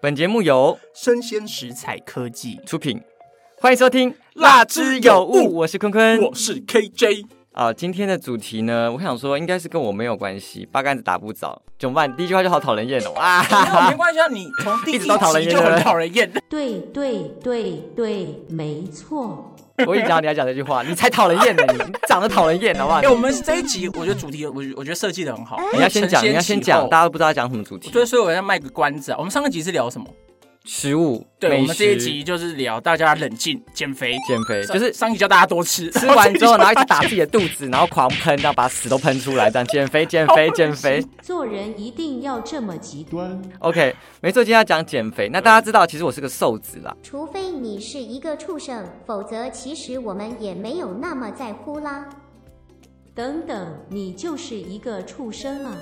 本节目由生鲜食材科技，出品，欢迎收听《辣之有物我是坤坤。我是 KJ。啊、今天的主题呢，我想说应该是跟我没有关系，八竿子打不着。怎么办？第一句话就好讨人厌哦啊！ 没关系啊，你从第一 一直都讨人集厌就很讨人厌。 对对对对，没错。我一讲你要讲这句话，你才讨人厌呢，你你长得讨人厌好不好哎，？我们这一集我觉得主题，我我觉得设计的很好。你要先讲，你要先讲，大大家都不知道要讲什么主题。对，所以我要卖个关子啊。我们上个集是聊什么？食物，对，美我们这一食集就是聊大家冷静减肥，减肥，就是上上一集叫大家多吃，吃完之后，然后一直打这自己的肚子，然后狂喷，然后把屎都喷出来，这样减肥，减肥，减肥。做人一定要这么极端， OK，没错，今天要讲减肥。那大家知道，其实我是个瘦子啦。除非你是一个畜生，否则其实我们也没有那么在乎啦。等等，你就是一个畜生啊！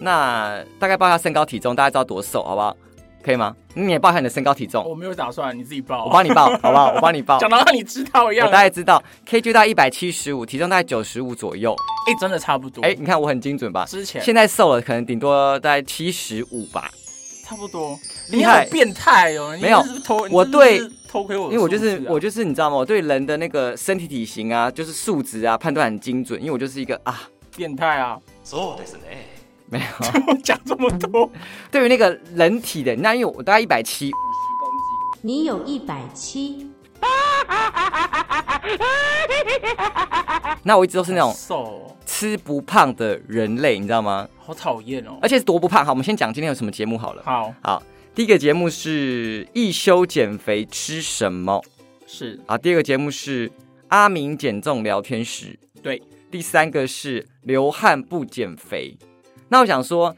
那大概报一下身高体重，大家知道多瘦，好不好？可以吗？你也报一下你的身高体集重， 我没有打算，你自己报。我帮你 报，好不好？我帮你报。讲到让你知道一我样。大概知道，KG 大概一百七十五，体重大概九十五左右。哎，真的差不多。哎、哎，你看我很精准吧？之前现在瘦了，可能顶多大概七十五吧。差不多。厉你害好变态哦！你没有是不是偷，你我是不是对偷窥我因的为我就数字啊，是我就是你知道吗？我对人的那个身体体型啊，就是数值啊判断很精准，因为我就是一个啊变态啊！没 有。我讲这么多，对于那个人体的，那因为我大概一百七，你有一百七，那我一直都是那种瘦哦，吃不胖的人类，你知道吗？好讨厌哦而。且是多不胖。好，我们先讲今天有什么节目好了。好，好，第一个节目是一休减肥吃什么？是好，第二个节目是阿明减重聊天室，对，第三个是流汗不减肥。那我想说，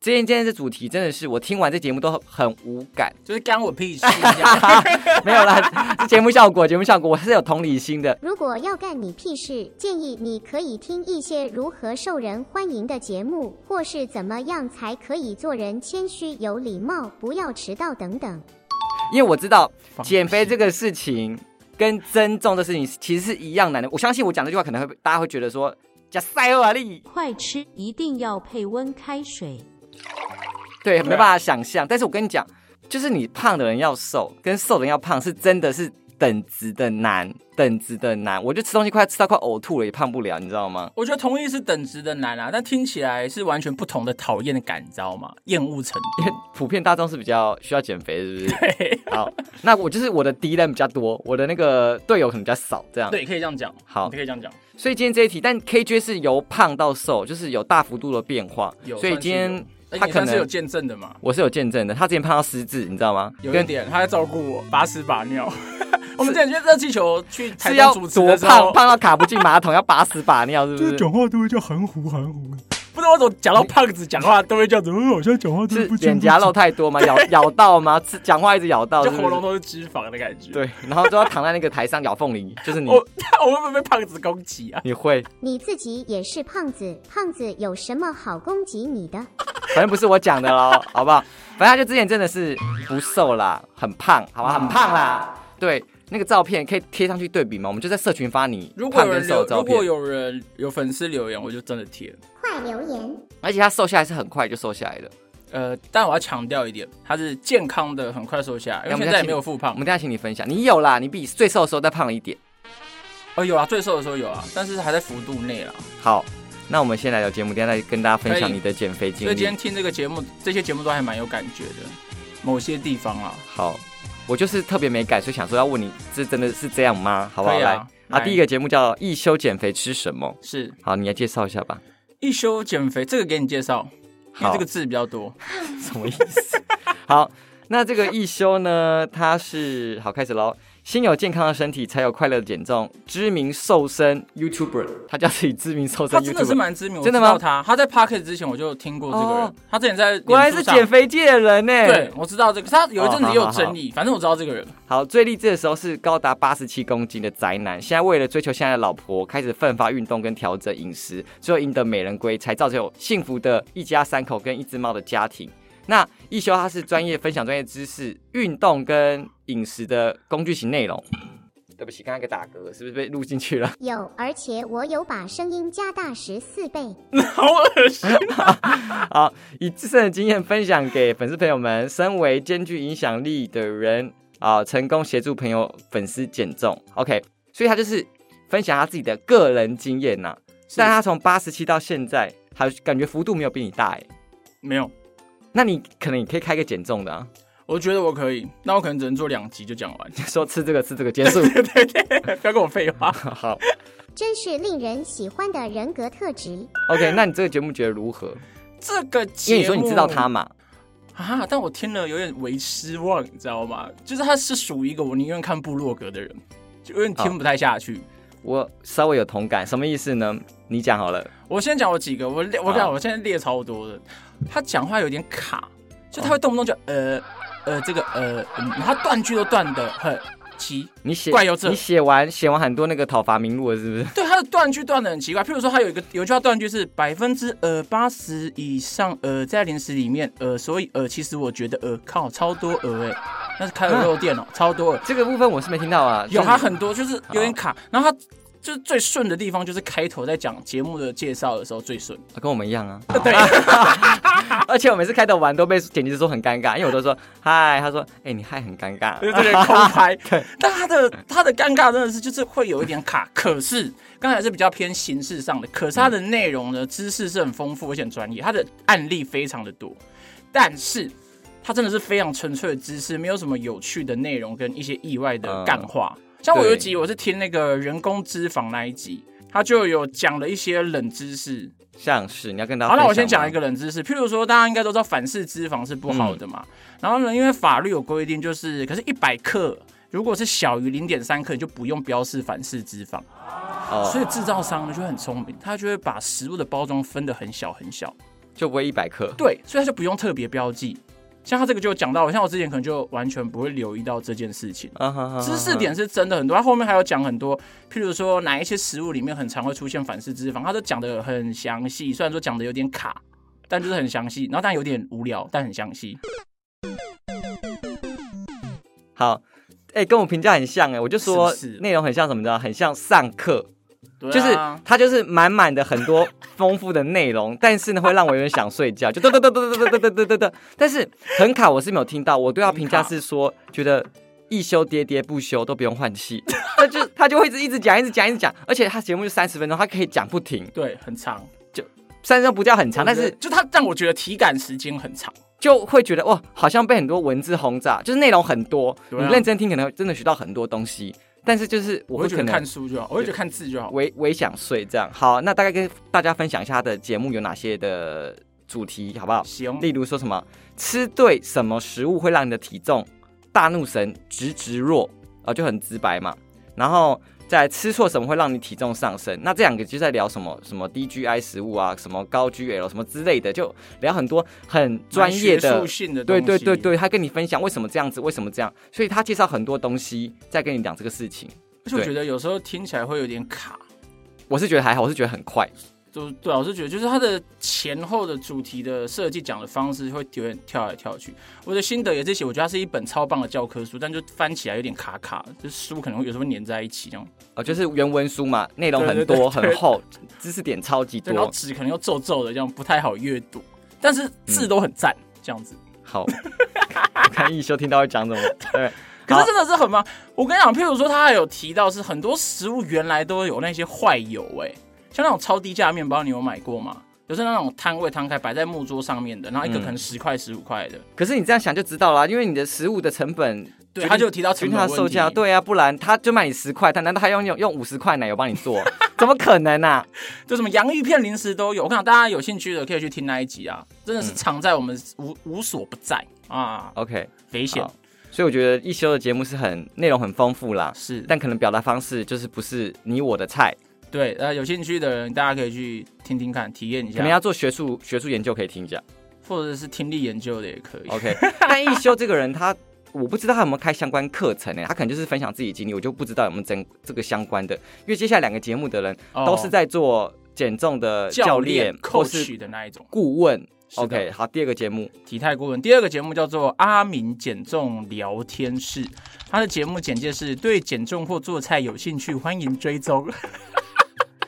今天今天这主题真的是我听完这节目都很无感，就是干我屁事一样。 没有啦， 这节目效果，节目效果，我是有同理心的。如果要干你屁事，建议你可以听一些如何受人欢迎的节目，或是怎么样才可以做人谦虚有礼貌，不要迟到等等。因为我知道放屁减肥这个事情跟增重的事情其实是一样难的。我相信我讲这句话可能会被大家会觉得说假塞尔利，快吃一定要配温开水。对，没对啊办法想象。但是我跟你讲，就是你胖的人要瘦，跟瘦的人要胖是真的是等值的难，等值的难。我就吃东西快要吃到快呕吐了，也胖不了，你知道吗？ 我觉得同意是等值的难啊，但听起来是完全不同的讨厌的感，你知道吗？厌恶程 度。因为普遍大众是比较需要减肥，是不 是？好，那我就是我的敌人比较多，我的那个队友可能比较少，这样。对，可以这样讲。好你可以这样讲。所以今天这一题，但 KJ 是由胖到瘦，就是有大幅度的变化有，所以今天而他且可算是有能。见证的嘛，我是有见证的，他之前胖到失智，你知道吗？有一点他在照顾我，把屎 把尿。我们之前去热气球去台是中要主持多的时胖候，胖到卡不进马桶，要把屎把尿，是不是？话都会叫含糊含糊。不知道我怎么讲到胖子讲话都会这样子，呃好像 讲话都是不清脸不颊楚肉太多吗？ 咬咬到吗？吃讲话一直咬到，就是不是喉咙都是脂肪的感觉。，对，然后就要躺在那个台上咬凤梨，就是你我 我会不会被胖子攻击啊？你会，你自己也是胖子，胖子有什么好攻击你的？反正不是我讲的喽， 好不好？反正他就之前真的是不瘦啦，很胖，好吧，啊很胖啦。对，那个照片可以贴上去对比吗？我们就在社群发你如果胖有跟人瘦留，的照如果片，有人有粉丝留言，我就真的贴。快留言！而且他瘦下来是很快就瘦下来的。呃，但我要强调一点，它是健康的，很快瘦下来，因那我为们再现在也请没有复我胖们。等一下请你分享，你有啦，你比最瘦的时候再胖了一点。哦，有啊，最瘦的时候有啊，但是还在幅度内啦。好，那我们先来聊节目，等一下再跟大家分享可以你的减肥经所以今历天。听这个节目，这些节目都还蛮有感觉的，某些地方啊，好，我就是特别没改，所以想说要问你，这真的是这样吗？好不好？可以啊来啊，来第一个节目叫《一休减肥吃什么是》，好，你来介绍一下吧。一休减肥这个给你介绍，因好为这个字比较多。什么意 思？好，那这个一休呢，它是好开始喽。先有健康的身体，才有快乐的减重。知名瘦身 YouTuber，他叫自己知名瘦身他真的是 YouTuber，蛮知名，我真的知道吗他他在 p a r k e t 之前我就听过这个哦人，他之前在果然脸是书上减。肥界的人呢、对，，我知道这个，他有一阵子哦也好有好好争议，反正我知道这个人。好，最励志的时候是高达八十七公斤的宅男，现在为了追求现在的老婆，开始奋发运动跟调整饮食，最后赢得美人归，才造就幸福的一家三口跟一只猫的家庭。那一休他是专业分享专业知识、运动跟饮食的工具型内容。对不起，刚刚给打嗝，是不是被录进去了？有，而且我有把声音加大十四倍。好恶心。好，以自身的经验分享给粉丝朋友们。身为兼具影响力的人啊、成功协助朋友粉丝减重。OK，所以他就是分享他自己的个人经验呐、但他从八十七到现在，还感觉幅度没有比你大哎。没有，那你可能你可以开个减重的啊， 我觉得我可以，那我可能只能做两集就讲完。说吃这个吃这个结束。不要跟我废话。 好真是令人喜欢的人格特质。 ，OK，那你这个节目觉得如何？这个因节目为你说你知道他嘛，啊，但我听了有点为失望，你知道吗？就是他是属于一个我宁愿看部落格的人，就有点听不太下去。啊我稍微有同感，什么意思呢？你讲好了。我先讲我几个，我列我好讲我现在列超多的。他讲话有点卡，就啊他会动不动就呃呃这个呃，嗯他断句都断的很奇，你写怪有这你写完写完很多那个讨伐名录了，是不是？对他的断句断的很奇怪。譬如说，他有一个有一句话断句是百分之呃八十以上呃在零食里面呃，所以呃其实我觉得呃靠超多呃哎、那是开了肉店哦、超多呃。这个部分我是没听到啊。就有是他哦很多就是有点卡，然后他就是最顺的地方就是开头在讲节目的介绍的时候最顺，跟我们一样啊，对，而且我每次开头玩都被剪辑师说很尴尬，因为我都说嗨，他说哎、你嗨很尴尬，就是这个空拍。但他的他的尴尬真的是就是会有一点卡，可是刚才是比较偏形式上的，可是他的内容呢知识是很丰富而且很专业，他的案例非常的多，但是。他真的是非常纯粹的知识，没有什么有趣的内容跟一些意外的干话。像我有一集我是听那个人工脂肪那一集，他就有讲了一些冷知识，像是你要跟大家好，分享吗。嗯那我先讲一个冷知识，譬如说，大家应该都知道反式脂肪是不好的嘛。然后呢，因为法律有规定，就是可是一百克如果是小于零点三克，你就不用标示反式脂肪。哦，所以制造商呢就会很聪明，他就会把食物的包装分得很小很小。就不会一百克。对，所以他就不用特别标记。像他这个就有讲到，像我之前可能就完全不会留意到这件事情。啊哈哈哈知识点是真的很多，他后面还有讲很多，譬如说哪一些食物里面很常会出现反式脂肪，他都讲的很详细，虽然说讲的有点卡，但就是很详细，然后但有点无聊，但很详细。好，哎、跟我评价很像哎、我就说是不是内容很像什么的，很像上课，对啊就是它就是满满的很多丰富的内容， 但是呢会让我有点想睡觉，就嘚嘚嘚嘚嘚嘚嘚嘚嘚嘚，但是很卡我是没有听到，我对他评价是说觉得。一休喋喋不休都不用换 气，他就他就会一直一直讲一直讲一直讲，而且他节目就三十分钟，他可以讲不停，对很长，三十分钟不叫很长，但我是觉得就他让我觉得体感时间很长。就会觉得哇，好像被很多文字轰炸，就是内容很多，对啊你认真听可能真的学到很多东西，但是就是我我会会觉可得能看书就好，我会觉得看字就好。微微想睡这样。好，那大概跟大家分享一下他的节目有哪些的主题，好不好？行，例如说什么吃对什么食物会让你的体重大怒神直直弱啊、呃就很直白嘛。然后再来吃错什么会让你体重上升？那这两个就在聊什么什么低 GI 食物啊，什么高 GL 什么之类的，就聊很多很专业蛮学的术性的东对西，对对对，他跟你分享为什么这样子，为什么这样，所以他介绍很多东西在跟你讲这个事情。而且我对觉得有时候听起来会有点卡。我是觉得还好，我是觉得很快，就对啊，我是觉得就是它的前后的主题的设计讲的方式会有点跳来跳去。我的心得也是写，我觉得它是一本超棒的教科书，但就翻起来有点卡卡，就书可能会有时候会粘在一起这样。呃，就是原文书嘛，内容很嗯对对多对对很厚，知识点超级对，然多后。纸可能又皱皱的，这样不太好阅读，但是字都很赞，这样子。好， 看一休听到会讲什么？对，可是真的是很棒。我跟你讲，譬如说，他还有提到是很多食物原来都有那些坏油、欸，像那种超低价的面包，你有买过吗？就是那种摊位摊开摆在木桌上面的，然后一个嗯可能十块十五块的，可是你这样想就知道啦，因为你的食物的成本决定，对他就有提到决成定本它问的题售价，对啊，不然他就卖你十块，他难道还用用用五十块奶油帮你做？ 怎么可能啊？就什么洋芋片、零食都有。我跟你讲，大家有兴趣的可以去听那一集啊，真的是藏在我们无、无所不在啊， OK，危险好所以我觉得一休的节目是很内容很丰富啦，是。但可能表达方式就是不是你我的菜，对，呃，有兴趣的人大家可以去听听看，体验一可能要下，做学术学术研究可以听一下。或者是听力研究的也可以。 OK，但一休这个人他。我不知道他有没有开相关课程欸呢、他可能就是分享自己经历，我就不知道有没有真这个相关的。因为接下来两个节目的人哦都是在做减重的教练练、或 coach 是的那一种，顾问，是的 OK，好，第二个节目体态顾问。第二个节目叫做《阿明减重聊天室》，他的节目简介是对减重或做菜有兴趣，欢迎追踪。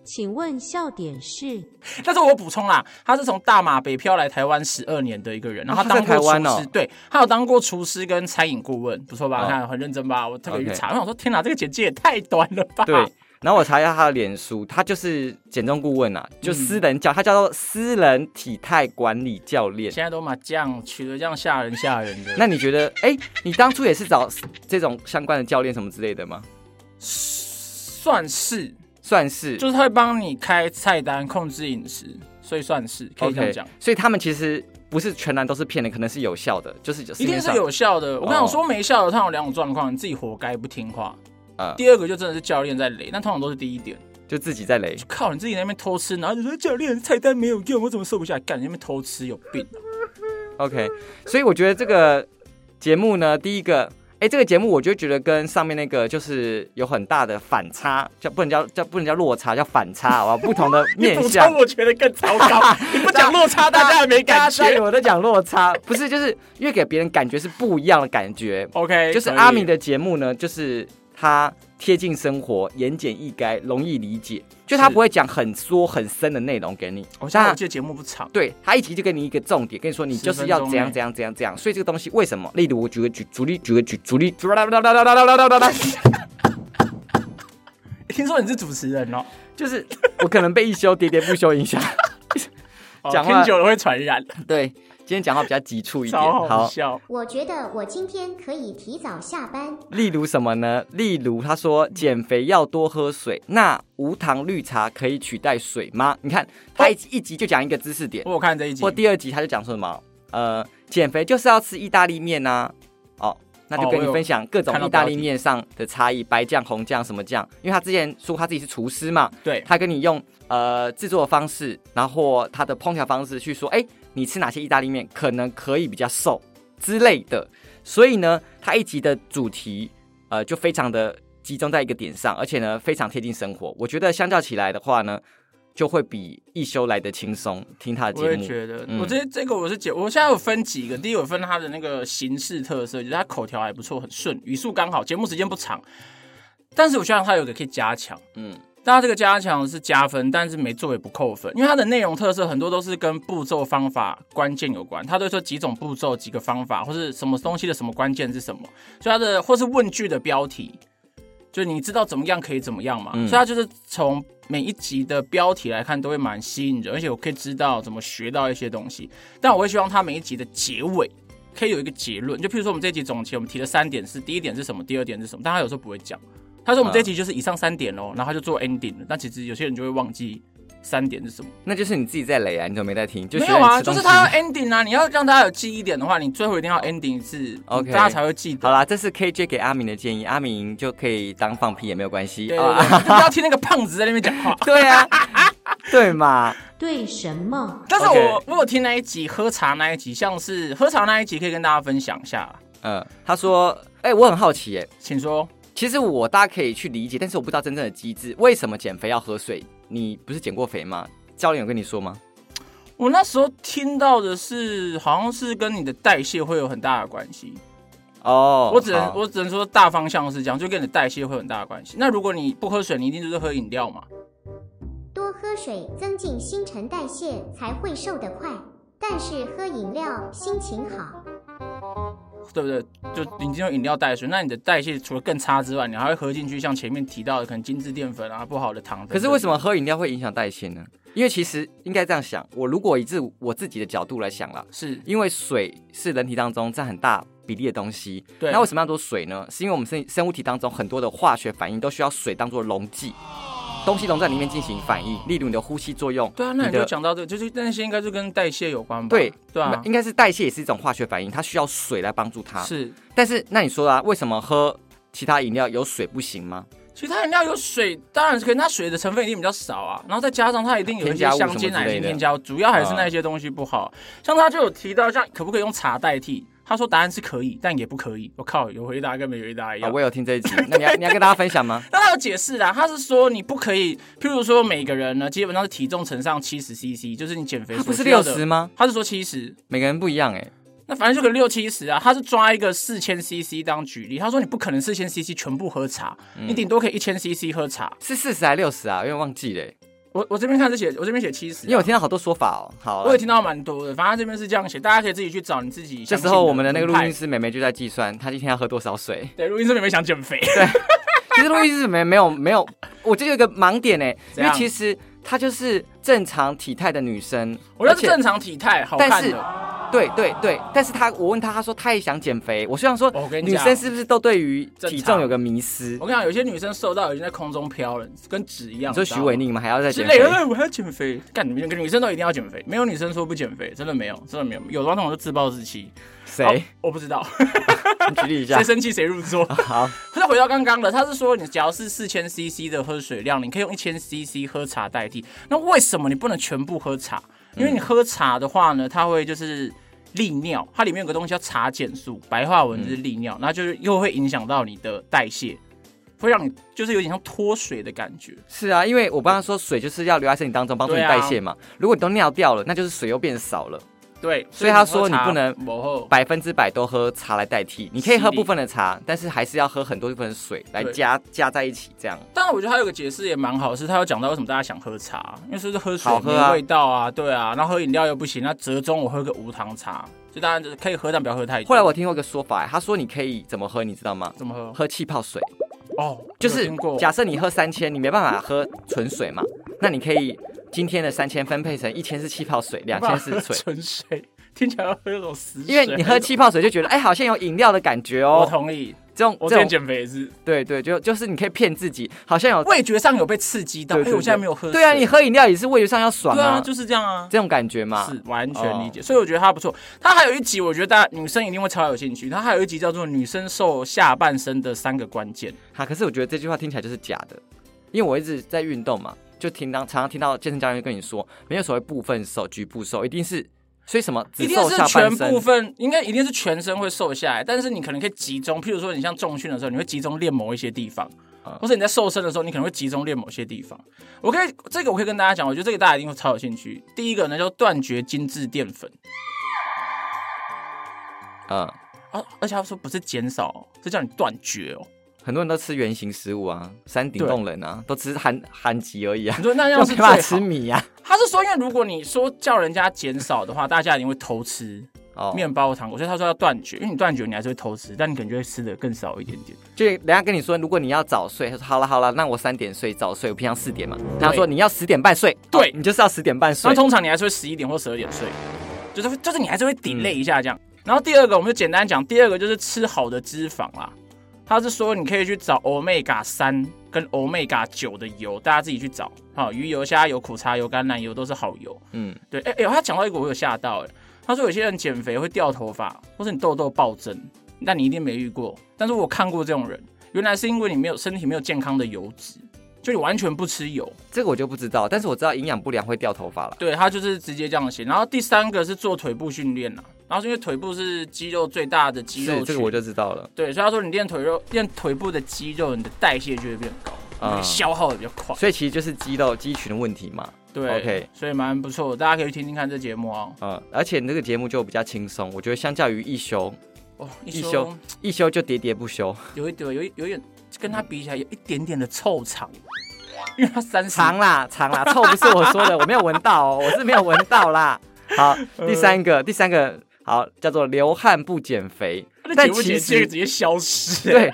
请问笑点是？但是我补充啦，他是从大马北漂来台湾十二年的一个人，然后哦他在当过厨台湾师，哦对，他有当过厨师跟餐饮顾问，不错吧？哦看很认真吧？我特别去 OK 查，我想说，天哪，这个简介也太短了吧？对，然后我查一下他的脸书，他就是减重顾问啊，就私人教，他叫做私人体态管理教练。现在都麻将取得这样吓人吓人的。那你觉得，哎、你当初也是找这种相关的教练什么之类的吗？算是，算是，就是他会帮你开菜单、控制饮食，所以算是可以这样 OK，讲。所以他们其实不是全然都是骗人，可能是有效的，就是市一定面是上有效的。我跟你哦讲，说没效的，通常有两种状况：你自己活该不听话，呃，第二个就真的是教练在雷，那通常都是第一点。就自己在雷。靠，你自己在那边偷吃，然后你说哎教练菜单没有用，我怎么瘦不下来？干，你在那边偷吃有病啊、 OK，所以我觉得这个节目呢，第一个，哎、这个节目我就觉得跟上面那个就是有很大的反差，叫不能叫叫不能叫落差，叫反差，好吧？不同的 面 补向充。我觉得更糟糕，你不讲落差，大家也没感啊大家以觉为。我在讲落差，不是，就是因为给别人感觉是不一样的感觉。 OK，就是可以阿明的节目呢，就是他贴近生活，言简意赅，容易理解，就他是不会讲很说很深的内容给你。我现在他我记得节目不长，对他一提就给你一个重点，跟你说你10就是要分钟怎样内怎样怎样怎样。所以这个东西为什么？例如我举个举举例举个举举例，举啦啦啦啦啦啦啦啦啦听 说你是主持人哦，就是我可能被一休喋喋不休影响。哦讲话听久了会传染，对，今天讲话比较急促一点。超好好，笑。我觉得我今天可以提早下班。例如什么呢？例如他说减肥要多喝水，那无糖绿茶可以取代水吗？你看他一集一集就讲一个知识点，我有看这一集，或第二集他就讲说什么？呃，减肥就是要吃意大利面呐、哦，那就哦跟我你有分享各种看到意大标利题面上的差异，白酱、红酱什么酱。因为他之前说他自己是厨师嘛，对他跟你用呃制作的方式，然后他的烹调方式去说，哎，你吃哪些意大利面可能可以比较瘦之类的。所以呢，他一集的主题呃就非常的集中在一个点上，而且呢非常贴近生活。我觉得相较起来的话呢，就会比一休来的轻松，听他的节我目。也觉得，嗯我这这个我是解，我现在有分几个，第一我分他的那个形式特色，就是他口条还不错，很顺，语速刚好，节目时间不长，但是我希望他有一个可以加强。嗯，但他这个加强是加分，但是没做也不扣分，因为它的内容特色很多都是跟步骤、方法、关键有关。他都会说几种步骤、几个方法，或是什么东西的什么关键是什么，所以它的或是问句的标题，就你知道怎么样可以怎么样嘛。嗯所以它就是从每一集的标题来看，都会蛮吸引人，而且我可以知道怎么学到一些东西。但我会希望它每一集的结尾可以有一个结论，就譬如说我们这一集总结，我们提了三点是第一点是什么，第二点是什么，但他有时候不会讲。他说我们这一集就是以上三点哦，然后他就做 ending 了。但其实有些人就会忘记三点是什么。那就是你自己在雷啊，你怎么没在听？就没是有你啊，吃就东是西他要 ending 啊，你要让大家有记忆点的话，你最后一定要 ending 是 OK 大家才会记得。好啦，这是 KJ 给阿明的建议，阿明就可以当放屁也没有关系对对啊。。对，就不要听那个胖子在那边讲话对啊， 对嘛，对什么？但是 OK 我我有听那一集喝茶那一集，像是喝茶那一集可以跟大家分享一下，嗯，他说，哎、我很好奇、哎，请说。其实我大家可以去理解，但是我不知道真正的机制，为什么减肥要喝水？你不是减过肥吗？教练有跟你说吗？我那时候听到的是，好像是跟你的代谢会有很大的关系。哦，我只好能我只能说大方向是这样，就跟你的代谢会有很大的关系。那如果你不喝水，你一定就是喝饮料嘛。多喝水增进新陈代谢才会瘦得快，但是喝饮料心情好。对不对？就你这种饮料代水，那你的代谢除了更差之外，你还会喝进去像前面提到的可能精致淀粉啊、不好的糖等等。可是为什么喝饮料会影响代谢呢？因为其实应该这样想，我如果以自我自己的角度来想啦，是？因为水是人体当中占很大比例的东西。对那为什么要做水呢？是因为我们生生物体当中很多的化学反应都需要水当做溶剂，东西溶在里面进行反应，例如你的呼吸作用。哦对啊，那你就的讲到这个，就是那些应该就跟代谢有关吧？对对啊那，应该是代谢也是一种化学反应，它需要水来帮助它。，是。但是那你说啊，为什么喝其他饮料有水不行吗？其他饮料有水，当然是可以，那水的成分一定比较少啊。然后再加上它一定有一些啊添加物香什么之精、奶类的精添加物，主要还是那些东西不好。像他就有提到，像可不可以用茶代替？他说答案是可以，但也不可以。我靠，有回答跟没回答一啊，样。我有听这 一集，那你要你要跟大家分享吗？那他有解释啦，他是说你不可以，譬如说每个人呢，基本上是体重乘上七十 CC，就是你减肥他不所是需要六的十吗？他是说七十，每个人不一样哎、那反正就个六七十啊，他是抓一个四千 CC 当举例，他说你不可能四千 CC 全部喝茶，嗯你顶多可以一千 CC 喝茶。是四十还六十啊？有点忘记了欸、我我这边看是写，我这边写七十、啊因为我听到好多说法哦。好，我也听到蛮多的，反正他这边是这样写，大家可以自己去找你自己这相信门派。时候我们的那个录音师妹妹就在计算她今天要喝多少水。对录音师妹妹想减肥，其实录音师妹妹没有没有，我就有一个盲点哎，因怎为样其实她就是正常体态的女生， 我觉而得且是正常体态好但看是的，对对对，但是她我问她，她说她也想减肥。我虽然说哦我跟你女讲生是不是都对于正体常重有个迷失我？跟你讲，有些女生瘦到已经在空中飘了，跟纸一样。你说知道徐吗伟宁吗？还要再之减类肥的，？哎我还要减肥。干，你们女生都一定要减肥，没有女生说不减肥，真的没有，真的没有。有的话，那我就自暴自弃。谁哦？我不 知道，你举例一下 谁。生气谁入座。好，再回到刚刚的，他是说你只要是四千 CC 的喝水量，你可以用一千 CC 喝茶代替。那为什么你不能全部喝茶？因为你喝茶的话呢，它会就是利尿，它里面有个东西叫茶碱素，白话文就是利嗯尿，那就是又会影响到你的代谢，会让你就是有点像脱水的感觉。是啊，因为我刚刚说水就是要留在身体当中帮助你对啊代谢嘛。如果你都尿掉了，那就是水又变少了。对，所以他说你不能某后百分之百都喝茶来代替，你可以喝犀利部分的茶，但是还是要喝很多部分的水来对加加在一起，这样当然，我觉得他有个解释也蛮好，是他有讲到为什么大家想喝茶，因为是不是喝水好喝啊没味道啊，对啊，然后喝饮料又不行，那折中我喝个无糖茶，就当然就是可以喝，但不要喝太多。后来我听过一个说法，他说你可以怎么喝，你知道吗？怎么喝？喝气泡水，哦，就有是听过假设你喝三千，你没办法喝纯水 嘛，那你可以今天的三千分配成一千是气泡水，两千是 纯 水，纯水，听起来要喝那种死水。因为你喝气泡水就觉得哎、好像有饮料的感觉 我哦。同意，这种我之这前种减肥也是对对，就就是你可以骗自己，好像有味觉上有被刺激到，对因对哎为我现在对没有喝水。对啊，你喝饮料也是味觉上要爽对啊，哦啊，就是这样啊。这种感觉嘛。是完全理解，所以我觉得他不错。他还有一集，我觉得大家女生一定会超有兴趣。他还有一集叫做《女生瘦下半身的三个关键》，哈，可是我觉得这句话听起来就是假的，因为我一直在运动嘛，就听到常常听到健身教练跟你说，没有所谓部分瘦、局部瘦，一定是所以什么一只定瘦是下半全部身。分，应该一定是全身会瘦下来，但是你可能可以集中，譬如说你像重训的时候，你会集中练某一些地方，嗯或者你在瘦身的时候，你可能会集中练某些地方。我可以这个我可以跟大家讲，我觉得这个大家一定会超有兴趣。第一个呢叫断绝精致淀粉嗯，啊，而且他说不是减少哦，是叫你断绝哦。很多人都吃圆形食物啊，山顶对洞人啊，都吃韩韩籍而已啊你，说那就样 是没最好办法。吃米啊。他是说，因为如果你说叫人家减少的话，大家一定会偷吃哦，面包、糖果，所以他说要断绝，因为你断绝你还是会偷吃，但你可能就会吃的更少一点点。就人家跟你说，如果你要早睡，他说好了好了，那我三点睡早睡，我平常四点嘛。他说你要十点半睡，对哦你就是要十点半睡那。通常你还是会十一点或十二点睡，就是就是你还是会 delay 一下这样。然后第二个，我们就简单讲，第二个就是吃好的脂肪啦。他是说你可以去找 omega 三跟 omega 九的油，大家自己去找。好，鱼油、虾油、苦茶油、橄榄油都是好油。嗯，对，哎、哎、他讲到一个我有吓到、哎，他说有些人减肥会掉头发，或是你痘痘暴增，那你一定没遇过，但是我看过这种人，原来是因为你没有身体没有健康的油脂，就你完全不吃油，这个我就不知道，但是我知道营养不良会掉头发了。对他就是直接这样写。然后第三个是做腿部训练啦，然后是因为腿部是肌肉最大的肌肉是群，这个我就知道了。对，所以他说你练腿肉、练腿部的肌肉，你的代谢就会变高，嗯你的消耗也比较快。所以其实就是肌肉肌群的问题嘛。对 OK 所以蛮不错，大家可以去听听看这节目哦。呃，而且这个节目就比较轻松，我觉得相较于一休，哦，一一休休一休就喋喋不休，有一点，有一有一点跟他比起来有一点点的臭长，因为他三十。长啦长啦，臭不是我说的，我没有闻到哦，我是没有闻到啦。好，第三个第三个好叫做流汗不减肥他，的但节目其简介实直接消失、对，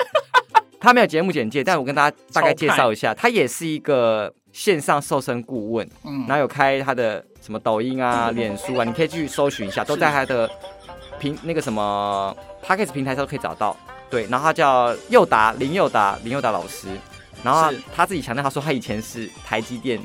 他没有节目简介，但我跟大家大概介超绍一下，他也是一个线上瘦身顾问，嗯然后有开他的什么抖音啊、脸书啊，你可以去搜寻一下，都在他的平那个什么 p a c k a g e 平台上都可以找到。对，然后他叫佑达林佑达林佑达老师，然后是他自己强调，他说他以前是台积电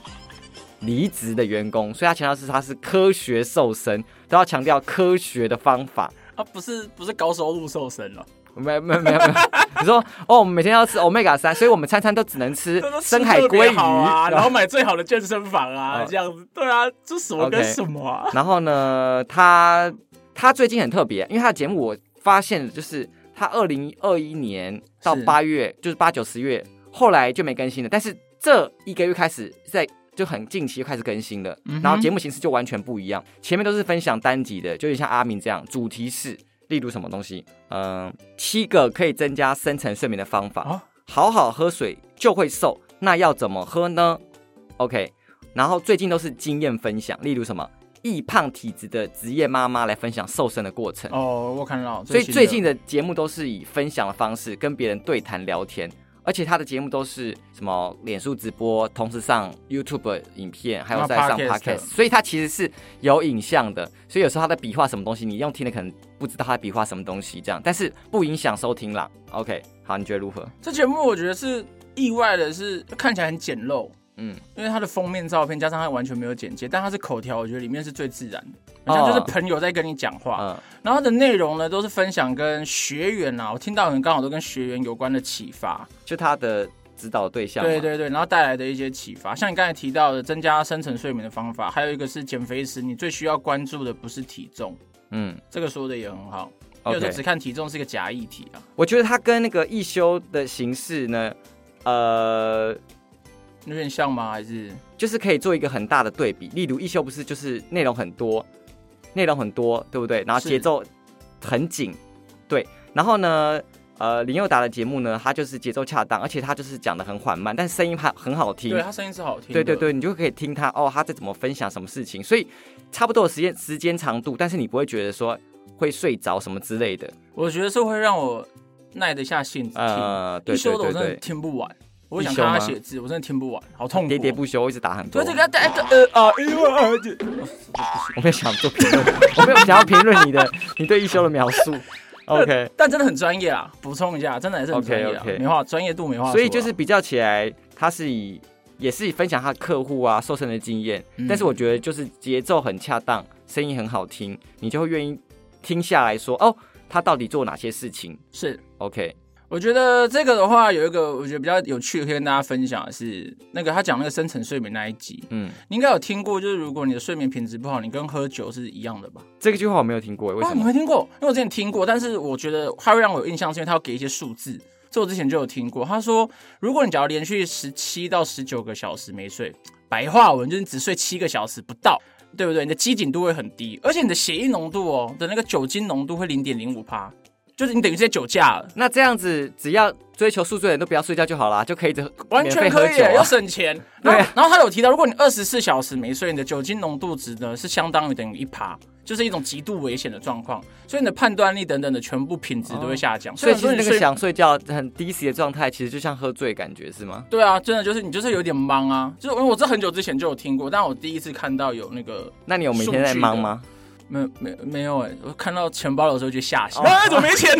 离职的员工，所以他强调是他是科学瘦身，都要强调科学的方法。啊，不是不是高收入瘦身了，没有没有没有， 没有你说哦，我们每天要吃 omega 三，所以我们餐餐都只能 吃这都吃深海特别鲑鱼好啊，然后买最好的健身房啊哦，这样子，对啊，这什么 OK 跟什么啊？然后呢，他他最近很特别，因为他的节目我发现的就是他二零二一年到是八月，就是八九十月，后来就没更新了。但是这一个月开始，在就很近期就开始更新了，嗯哼然后节目形式就完全不一样。前面都是分享单集的，就有点像阿明这样，主题是例如什么东西，嗯、七个可以增加深层睡眠的方法，哦好好喝水就会瘦，那要怎么喝呢？OK，然后最近都是经验分享，例如什么易胖体质的职业妈妈来分享瘦身的过程。哦，我看到，所以最近的的节目都是以分享的方式跟别人对谈聊天，而且他的节目都是什么脸书直播，同时上 YouTube 影片，还有那在上 podcast 啊 Podcast，所以他其实是有影像的。所以有时候他在比划什么东西，你用听的可能不知道他在比划什么东西，这样，但是不影响收听啦。OK，好，你觉得如何？这节目，我觉得是意外的是看起来很简陋，嗯，因为它的封面照片加上它完全没有剪接，但它是口条，我觉得里面是最自然的，好像就是哦朋友在跟你讲话。嗯，然后它的内容呢都是分享跟学员啊，我听到很刚好都跟学员有关的启发，就他的指导对象嘛，对对对，然后带来的一些启发，像你刚才提到的增加深层睡眠的方法，还有一个是减肥时你最需要关注的不是体重，嗯这个说的也很好，因为有时候，OK 只。看体重是一个假议题啊，我觉得他跟那个一休的形式呢，呃，有点像吗？还是就是可以做一个很大的对比。例如一休不是就是内容很多，内容很多，对不对？然后是节奏很紧，对。然后呢，呃，林宥达的节目呢，他就是节奏恰当，而且他就是讲的很缓慢，但是声音很很好听对。他声音是好听的，对对对，你就可以听他哦，他在怎么分享什么事情，所以差不多的时间时间长度，但是你不会觉得说会睡着什么之类的。我觉得是会让我耐得下性子听。呃，对一对休的我对真的对，听不完，我一想休看他吗写字，我真的听不完，好痛苦。哦喋喋不哦休，一直打很多。对，这个带呃啊，因为啊这我没有想做评论， 我没有想要评论你的你对一休的描 述。OK，但真的很专业啦。补充一下，真的还是很专业啦啊 OK，OK 没话，专业度没话说啦。啊所以就是比较起来，他是以也是以分享他客户啊瘦身的经验，嗯但是我觉得就是节奏很恰当，声音很好听，你就会愿意听下来说哦，他到底做哪些事情是。 ？OK，我觉得这个的话，有一个我觉得比较有趣的可以跟大家分享的是，那个他讲那个深层睡眠那一集，嗯，你应该有听过，就是如果你的睡眠品质不好，你跟喝酒是一样的吧？这个句话我没有听过，欸为哇，什哦你么？没听过？因为我之前听过，但是我觉得它会让我有印象，是因为它要给一些数字。这我之前就有听过，他说，如果你只要连续十七到十九个小时没睡，白话文就是你只睡七个小时不到，对不对？你的肌紧度会很低，而且你的血液浓度哦的那个酒精浓度会零点零五帕，就是你等于是在酒驾了，那这样子，只要追求宿醉的人都不要睡觉就好啦，就可以这完免全费可喝以酒耶，要啊。省钱。 对啊然后然后他有提到，如果你二十四小时没睡，你的酒精浓度值呢是相当于等于一趴。就是一种极度危险的状况，所以你的判断力等等的全部品质都会下降。所以其虽实那然说你个睡想睡觉很低级的状态，其实就像喝醉的感觉是吗？对啊，真的就是你就是有点忙啊，就是因为我这很久之前就有听过，但我第一次看到有那个那你有每天在忙吗？没没没有哎、我看到钱包的时候就吓醒，哦哎、怎么没 钱？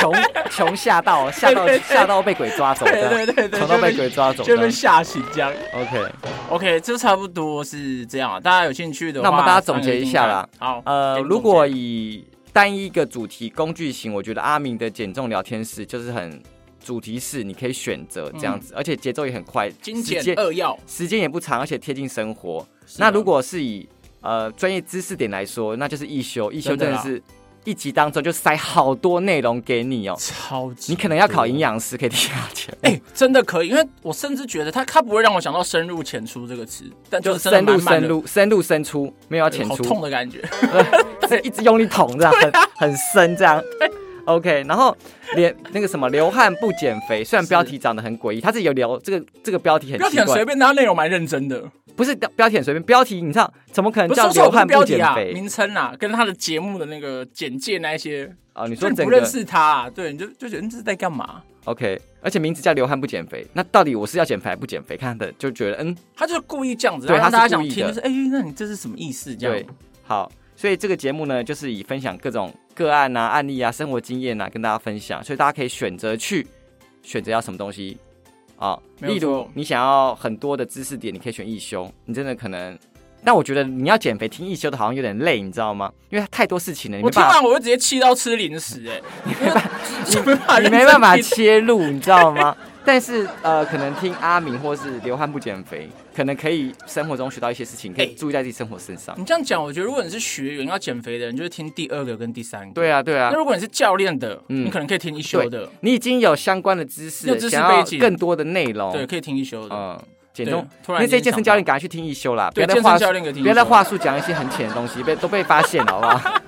穷穷吓到，吓到 对对对吓到被鬼抓走，这样对对对对穷到就被被鬼抓走就这被样。吓醒这样。 OK， OK，这差不多是这样啊，大家有兴趣的话，那我们大家总结一下啦啦。好，呃，给你如总果结以单一个主题工具型，我觉得阿明的减重聊天室就是很主题式，你可以选择这样子，而且节奏也很快，嗯精时简间扼要，时间也不长，而且贴近生活。是那啊如果是以呃专业知识点来说，那就是一休，一休真真的啊的啦是一集当中就塞好多内容给你哦，超级，你可能要考营。养师，可以听下去。哎、真的可以，因为我甚至觉得他他不会让我想到深入浅出这个词，但就是真的深入满满深的哎入深入深出，没有要浅好出，痛的感觉。就是一直用力捅这样，很很深这样。OK，然后连那个什么流汗不减肥，虽然标题长得很诡异，它是有聊这个这个标题很标奇题很随怪，便，但它内容蛮认真的。不是标题很随便，标题你知道怎么可能不是叫说错流不是汗标不题减啊，肥名称啊，跟他的节目的那个简介那一些，啊？你就说你整不认个识他、啊，对，你就就觉得你这是在干嘛？ OK，而且名字叫流汗不减肥，那到底我是要减肥还不减肥？看的就觉得嗯，他就是故意这样子，对然后让他大是家想故意听，的就是哎、那你这是什么意思？这对样，好，所以这个节目呢，就是以分享各种个案啊、案例啊、生活经验啊，跟大家分享，所以大家可以选择去选择要什么东西啊、没有例如错你想要很多的知识点，你可以选一休，你真的可能。但我觉得你要减肥听一休的，好像有点累，你知道吗？因为太多事情了，你我没听办法，完我会 直接气到吃零食、哎，你没办法，你没办法切入，你知道吗？ 但是呃，可能听阿明或是流汗不减肥，可能可以生活中学到一些事情，可以哎注意在自己生活身上。你这样讲，我觉得如果你是学员要减肥的人，就是听第二个跟第三个。对啊，对啊那，如果你是教练的，嗯你可能可以听对一休的，你已经有相关的知识有了，知识想要背景更多的内容。对，，可以听一休的。嗯，减对重。突因然为这间些健想身教到练赶快去听一休啦，不对要再健身话术教练给听不要一再休话术讲一些很浅的东西，被都被发现了，好不好？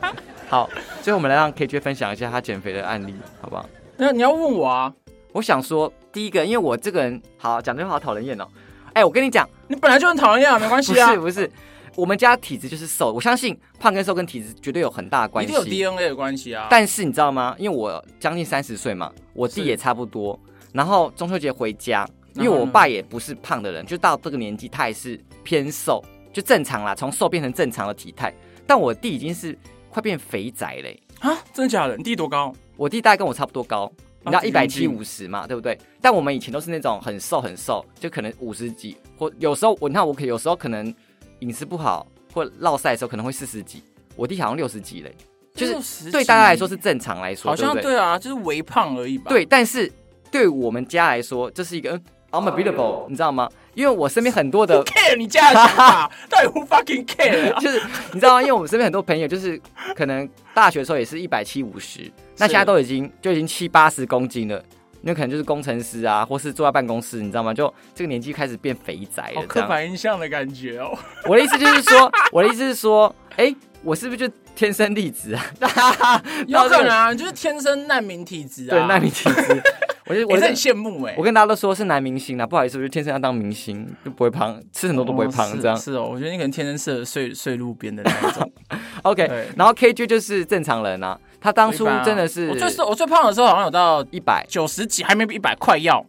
好，最后我们来让 KJ 分享一下他减肥的案例，好不好？那你要问我啊，我想说，第一个，因为我这个人好讲这句话好讨人厌哦。哎、我跟你讲，你本来就很讨人厌啊，没关不系啊是，不是，我们家体质就是瘦，我相信胖跟瘦跟体质绝对有很大的关一系定。有 DNA 的关系啊。但是你知道吗？因为我将近三十岁嘛，我弟是嗯也差不多。然后中秋节回家，因然后呢为我爸也不是胖的人，就到这个年纪，他也是偏瘦，就正常啦，从瘦变成正常的体态。但我弟已经是快变肥宅嘞、啊，真的假的？你弟多高？我弟大概跟我差不多高，你知道几一公百七斤五十嘛，对不对？但我们以前都是那种很瘦很瘦，就可能五十几，或有时候我你看我可有时候可能饮食不好或落赛的时候可能会四十几，我弟好像六十几嘞，就是是对大家来说是正常来说，好像对不对？对啊，就是微胖而已吧。对，但是对我们家来说，这是一个嗯 unbeatable，你知道吗？因为我身边很 多的，care 哎你家的想 法，啊到底 who fucking care 啊？就是你知道吗？因为我们身边很多朋友，就是可能大学的时候也是一百七五十，那现在都已经就已经七八十公斤了。那可能就是工程师啊，或是坐在办公室，你知道吗？就这个年纪开始变肥宅了。好这刻样，板印象的感觉哦。我的意思就是 说，我的意思是说，哎、我是不是就天生丽质啊？ 有可能啊，你就是天生难民体质啊。对，那你体 质，我就我我是就很羡慕哎、我跟大家都说是男明星啊，不好意思，我就天生要当明星，就不会胖，吃很多都不会哦胖是这样。是哦，我觉得你可能天生适合睡睡路边的那一 种。 OK，对然后 KG 就是正常人啊，他当初真的是我最瘦我最胖的时候好像有到一百，九十几，还没一百块要。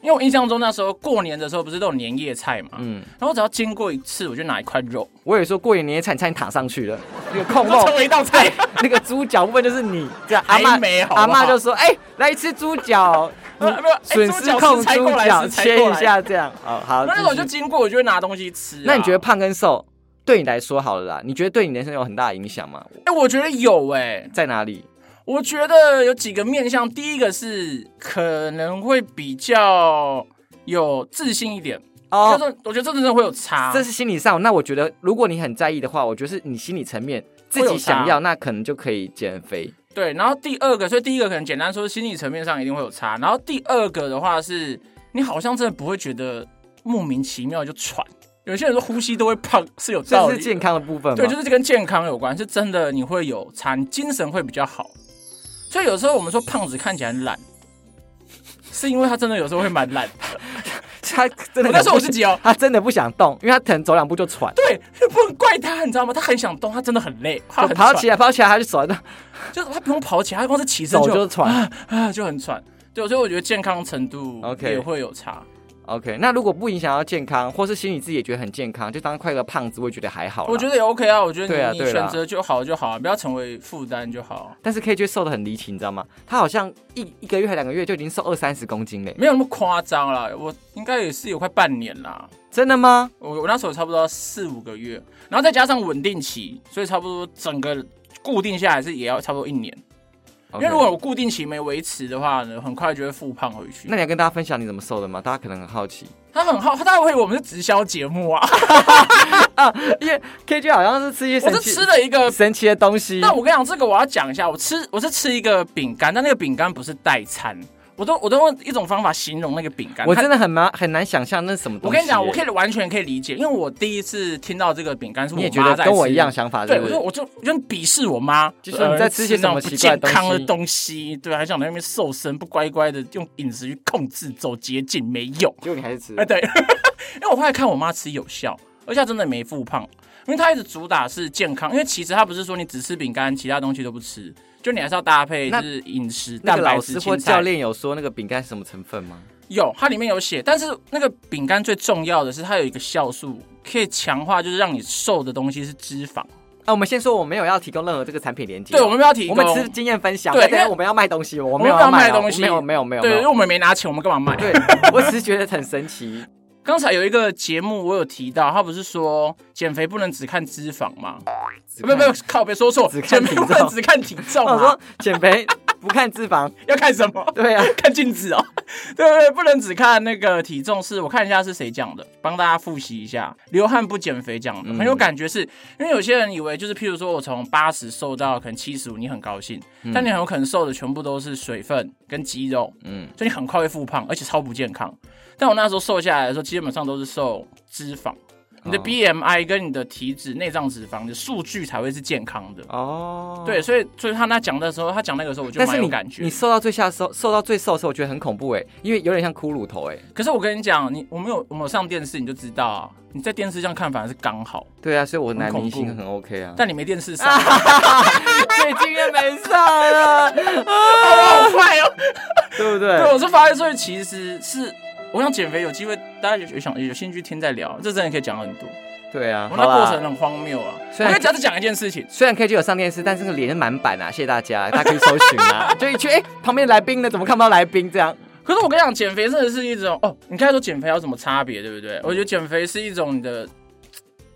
因为我印象中那时候过年的时候不是都有年夜菜嘛，嗯，然后只要经过一次我就拿一块肉，我有说过年年菜你差点躺上去 了，那个空都肉成为一道菜。那个猪脚部分就是你这样，阿还妈没好不好阿妈就说，哎、来吃猪脚，嗯没有 没有哎损猪失脚控食材猪过来脚食材切过一来下这样，哦好，那时候我继就续经过，我就会拿东西吃啊、那你觉得胖跟瘦对你来说好了啦？你觉得对你人生有很大的影响吗？哎、我觉得有哎、在哪里？我觉得有几个面向，第一个是可能会比较有自信一点，哦、就是啊我觉得这真的会有差。这是心理上。那我觉得，如果你很在意的话，我觉得是你心理层面自己想会有要，那可能就可以减肥。对，然后第二个，所以第一个可能简单说，心理层面上一定会有差。然后第二个的话是，你好像真的不会觉得莫名其妙就喘。有些人说呼吸都会胖是有道这理是的，健康的部分吗？对，就是这跟健康有关，是真的你会有差，你精神会比较好。所以有时候我们说胖子看起来很懒，是因为他真的有时候会蛮懒。他真的，我在说我自己哦，他真的不想动，因为他可能走两步就喘，对，不能怪他，你知道吗？他很想动，他真的很累，他就很跑喘，起来，跑起来，他就手在就是他不用跑起来，他光是起身手就就喘。啊 就很喘。对，所以我觉得健康程度 OK 也会有差。 OK，那如果不影响到健康，或是心里自己也觉得很健康，就当快乐胖子，我也觉得还好啦。我觉得也 OK 啊，我觉对啊得你对你啦选择就好就好、啊，不要成为负担就好，但是 KJ 瘦的很离奇，你知道吗？他好像一一个月还两个月就已经瘦二三十公斤嘞，没有那么夸张啦。我应该也是有快半年啦，真的吗？我我那时候差不多四五个月，然后再加上稳定期，所以差不多整个固定下来是也要差不多一年。因为 OK 如果我固定期没维持的话呢，很快就会复胖回去。那你要跟大家分享你怎么瘦的吗？大家可能很好奇。他很好，他大概会以为我们是直销节目 啊，因为 KJ 好像是吃一些我神是奇吃了一个。神奇的东西。但我跟你讲，这个我要讲一下，我吃我是吃一个饼干，但那个饼干不是代餐，我都我都用一种方法形容那个饼干。我它真的很难很难想象那是什么东西。我跟你讲，我可以，以完全可以理解，因为我第一次听到这个饼干是我你也觉妈得在跟我吃一样。想法，对，是不我是就我就我就很鄙视我妈，就说你在吃一些什么呃吃那种奇怪的不健东西康的东西，对，还想在那边瘦身，不乖乖的用饮食去控制，走捷径没有，结果你还是吃哎、对， 因为我后来看我妈吃有效，而且她真的没复胖，因为她一直主打是健康，因为其实她不是说你只吃饼干，其他东西都不吃，就你还是要搭配那就是饮食那蛋个白老质、师青或菜教练有说那个饼干是什么成分吗？有，它里面有写，但是那个饼干最重要的是它有一个酵素，可以强化，就是让你瘦的东西是脂肪。啊，我们先说我们没有要提供任何这个产品链接哦。对，我们不要提我供，们只是经验分享。对但等一因下为我们要卖东西，我我没们有不要卖卖哦东西，没有没有没有。对，没因为有我们没拿钱，我们干嘛卖？对， 我只是觉得很神 奇。刚才有一个节目我有提到，他不是说减肥不能只看脂肪吗？啊只不不看不，靠，别说错只，看减肥体不能重只看体 重我啊 说，减肥不看脂肪，要看什么？对啊，看镜子哦， 对对，不能只看那个体重是，我看一下是谁讲的，帮大家复习一下。流汗不减肥讲嗯的很有感觉是，因为有些人以为就是，譬如说我从八十瘦到可能七十五，你很高兴，但你很有可能瘦的全部都是水分跟肌肉，嗯，所以你很快会复胖，而且超不健康。但我那时候瘦下来的时候，基本上都是瘦脂肪，你的哦 BMI 跟你的体脂、内脏脂肪，你的数据才会是健康的。哦，对，。所以所以他那讲的时候，他讲那个时候我就但蛮是有你感觉你。瘦到最下的时候，瘦到最瘦的时候，我觉得很恐怖哎，因为有点像骷髅头哎。可是我跟你讲，你我们有我们有上电视，你就知道啊，你在电视上看反而是刚好，对啊，所以我男恐明星怖很 OK 啊。但你没电 视上，最近也没上了，好快哦！ 对不 对，对？我是发现，所以其实是我想减肥，有机会大家有有想有兴趣听再聊，这真的可以讲很多。对啊，我好那过程啦。很荒谬啊，我虽然跟只要是讲一件事情，虽然 KG 有上电视，但是那个脸是满版啊，谢谢大家，大家可以搜寻 啊。就一去，哎、旁边来宾呢？怎么看不到来宾？这样可是我跟你讲，减肥真的是一种哦，你刚才说减肥有什么差别，对不对？嗯我觉得减肥是一种你的嘖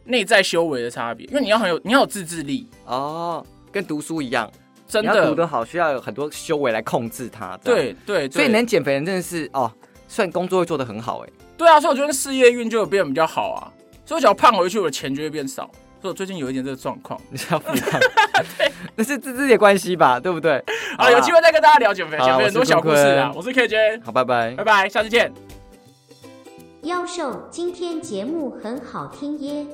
内在修为的差别，因为你要很有你要有自制力，哦，跟读书一样，真你要读的，得好，需要有很多修为来控制它。这样，对对对，所以能减肥的人真的是哦，算工作会做得很 好哎、对啊，所以我觉得事业运就有变得比较好啊，所以我只要胖回去，我的钱就会变少。所以我最近有一点这个状况你知道不？ 那是自己的关系吧，对不 对？啊，有机会，会再跟大家聊减肥，好啊减肥很多我是小故事啊坤。坤我是 KJ，好，拜拜拜。拜，下次见。妖兽，今天节目很好听耶。